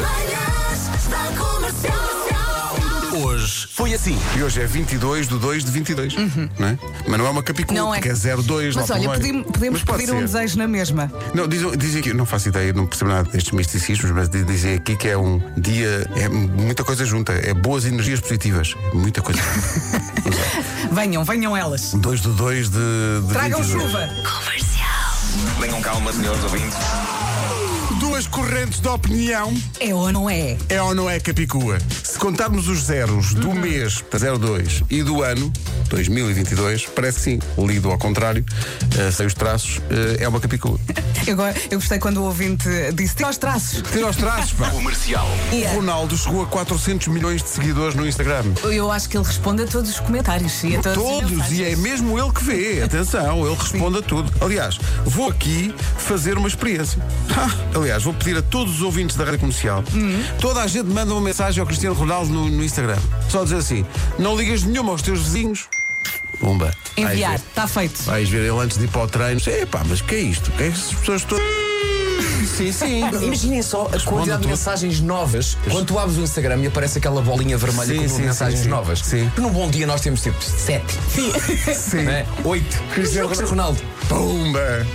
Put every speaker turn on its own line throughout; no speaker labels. Manhãs da Comercial.
Hoje foi assim.
E hoje é 22 de 2 de 22. Não é? Mas não é uma capicula,
Não é.
porque é 02.
Mas
lá
olha,
pelo meio.
podi- podemos
Mas pode
pedir
ser.
um desejo na mesma.
Não, dizem diz aqui, não faço ideia, não percebo nada destes misticismos, mas di- dizem aqui que é um dia, é muita coisa junta, é boas energias positivas. Muita coisa.
Venham, venham elas.
2 de 2 de. de
Tragam
22.
chuva.
Tenham calma, senhores ouvintes.
Duas correntes de opinião.
É ou não é?
É ou não é Capicua? Se contarmos os zeros do mês 02 e do ano 2022, parece que sim. Lido ao contrário, eh, sem os traços, eh, é uma Capicua.
Eu, go- eu gostei quando o ouvinte disse: tira os traços.
Tira os traços, pá.
Comercial.
O Ronaldo chegou a 400 milhões de seguidores no Instagram.
Eu acho que ele responde a todos os comentários e a todas as
Todos, e é
mensagens.
mesmo ele que vê. Atenção, ele responde a tudo. Aliás, vou aqui fazer uma experiência. Ah, aliás, vou pedir a todos os ouvintes da rádio comercial: toda a gente manda uma mensagem ao Cristiano Ronaldo no, no Instagram. Só dizer assim: não ligas nenhuma aos teus vizinhos. Pumba.
Enviar,
Vais ver.
está feito.
Vais ver ele antes de ir para o treino. Epá, mas que é isto? Que é que as pessoas todas. Sim, sim.
Ah, Imaginem só a quantidade de
tudo.
mensagens novas. Quando tu abres o Instagram e aparece aquela bolinha vermelha
Sim,
com
sim,
mensagens
sim, sim.
novas.
Sim.
Que num bom dia nós temos tipo é? 7,
Sim.
8. Cristiano Ronaldo.
Pumba.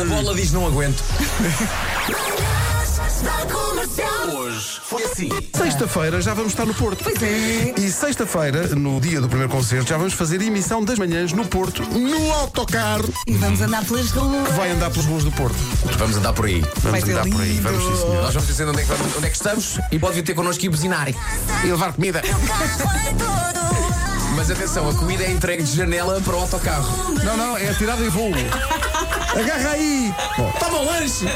A bola diz não aguento.
Manhãs da Comercial.
Hoje foi assim.
Sexta-feira já vamos estar no Porto.
Pois é.
E sexta-feira, no dia do primeiro concerto, já vamos fazer emissão das manhãs no Porto, no autocarro,
E vamos andar pelas ruas.
que vai andar pelas ruas do Porto.
Vamos andar por aí.
Vamos
Vai ser
andar por aí,
lindo.
vamos sim, senhor.
Nós vamos dizer onde é que, vamos- onde é que estamos e pode vir ter connosco e buzinar.
E levar comida.
Mas atenção, a comida é entregue de janela para o autocarro.
Não, não, é tirada em voo. Agarra aí! Bom,
Toma um lanche!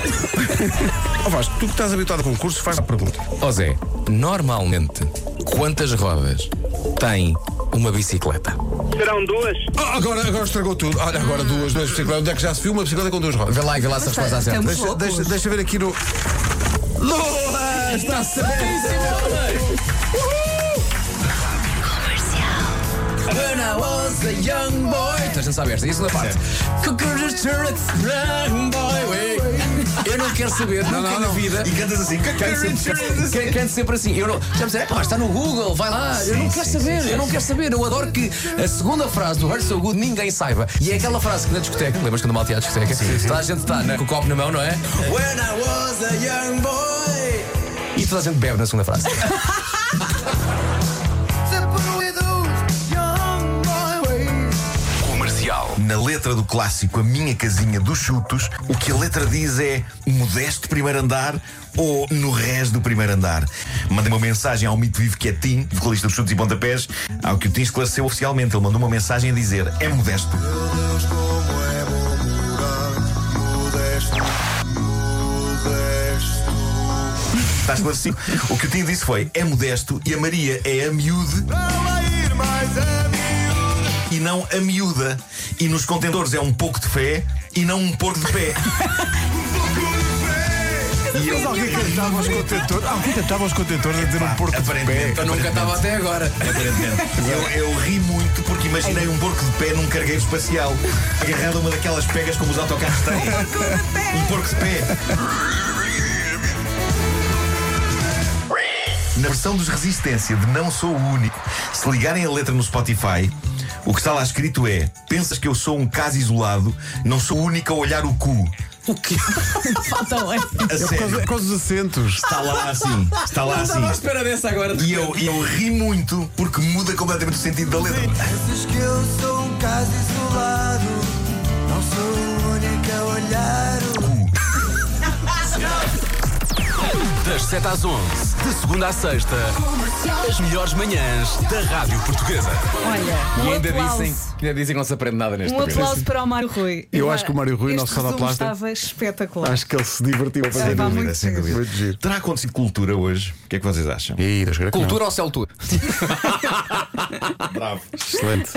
ó Vasco, tu que estás habituado a concursos, faz a pergunta.
Ó Zé, normalmente quantas rodas tem uma bicicleta?
Serão duas?
Ah, agora, agora estragou tudo. Olha, agora duas, duas bicicletas. Onde é que já se viu uma bicicleta com duas rodas?
Vê lá e vê lá se a resposta acerta.
estamos-
Deixa, deixa, deixa ver aqui no. Lula! Está certo!
When I was a young boy. Então a gente sabe esta, e a segunda parte. Cuckoo's turrets, young boy. wait. Eu não quero saber, não, nunca
não,
na
não.
vida.
E cantas assim.
Canto sempre, can- canto sempre assim. Eu não, já me disseram, "Epá, está no Google, vai lá. eu não quero saber, eu não quero saber. Eu adoro que a segunda frase do Hurt So Good ninguém saiba. E é aquela frase que na discoteca, lembras quando mal tinha a discoteca? Toda a gente está
Uhum.
né, com o copo na mão, não é? When I was a young boy. E toda a gente bebe na segunda frase.
Comercial. Na letra do clássico A Minha Casinha dos Chutos, o que a letra diz é modesto primeiro andar ou no res do primeiro andar. Mandei uma mensagem ao mito vivo que é Tim, vocalista dos Chutos e Pontapés, ao que o Tim esclareceu oficialmente. Ele mandou uma mensagem a dizer: é modesto. Está esclarecido. O que o Tim disse foi: é modesto e a Maria é a miúde e não a miúda. E nos contentores é um pouco de fé e não um porco de pé. E eu,
Alguém cantava aos contentores? Alguém cantava aos contentores a dizer um porco de pé?
aparentemente,
Eu nunca estava até agora.
aparentemente. Eu, eu ri muito porque imaginei um porco de pé num cargueiro espacial, agarrado a uma daquelas pegas como os autocarros têm. Um porco de pé. Na versão dos Resistência de Não Sou o Único, se ligarem a letra no Spotify, o que está lá escrito é: Pensas que eu sou um caso isolado, não sou o único a olhar o cu.
O quê? Faltam é.
A
Por causa,
sério.
por causa dos acentos.
Está lá assim. Está lá assim.
espera dessa agora.
E eu, e eu ri muito porque muda completamente o sentido da letra.
Pensas que eu sou um caso isolado Não sou o único a olhar
Das 7 às 11, de segunda à sexta, as melhores manhãs da Rádio Portuguesa.
Olha, um
ainda
aplauso.
dizem, ainda dizem que não se aprende nada neste
Um aplauso para o Mário Rui.
é assim. Eu acho que o Mário Rui,
este
nosso
resumo
sonoplasta,
estava espetacular.
Acho que ele se divertiu a fazer
Estava
isso.
muito
é sem
giro.
dúvida.
Muito giro.
Terá acontecido cultura hoje? O que é que vocês acham?
E das
Cultura ou Celtura?
Bravo.
Excelente.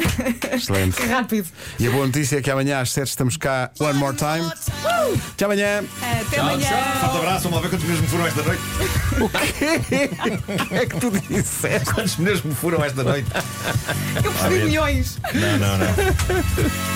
Excelente.
Rápido.
E a boa notícia é que amanhã às 7 estamos cá one more time. Até amanhã.
Até amanhã.
Forte abraço, vamos lá ver quantos meus me foram esta noite.
O que é que tu disseste?
Quantos meus me foram esta noite?
Eu preciso de milhões.
Não, não, não.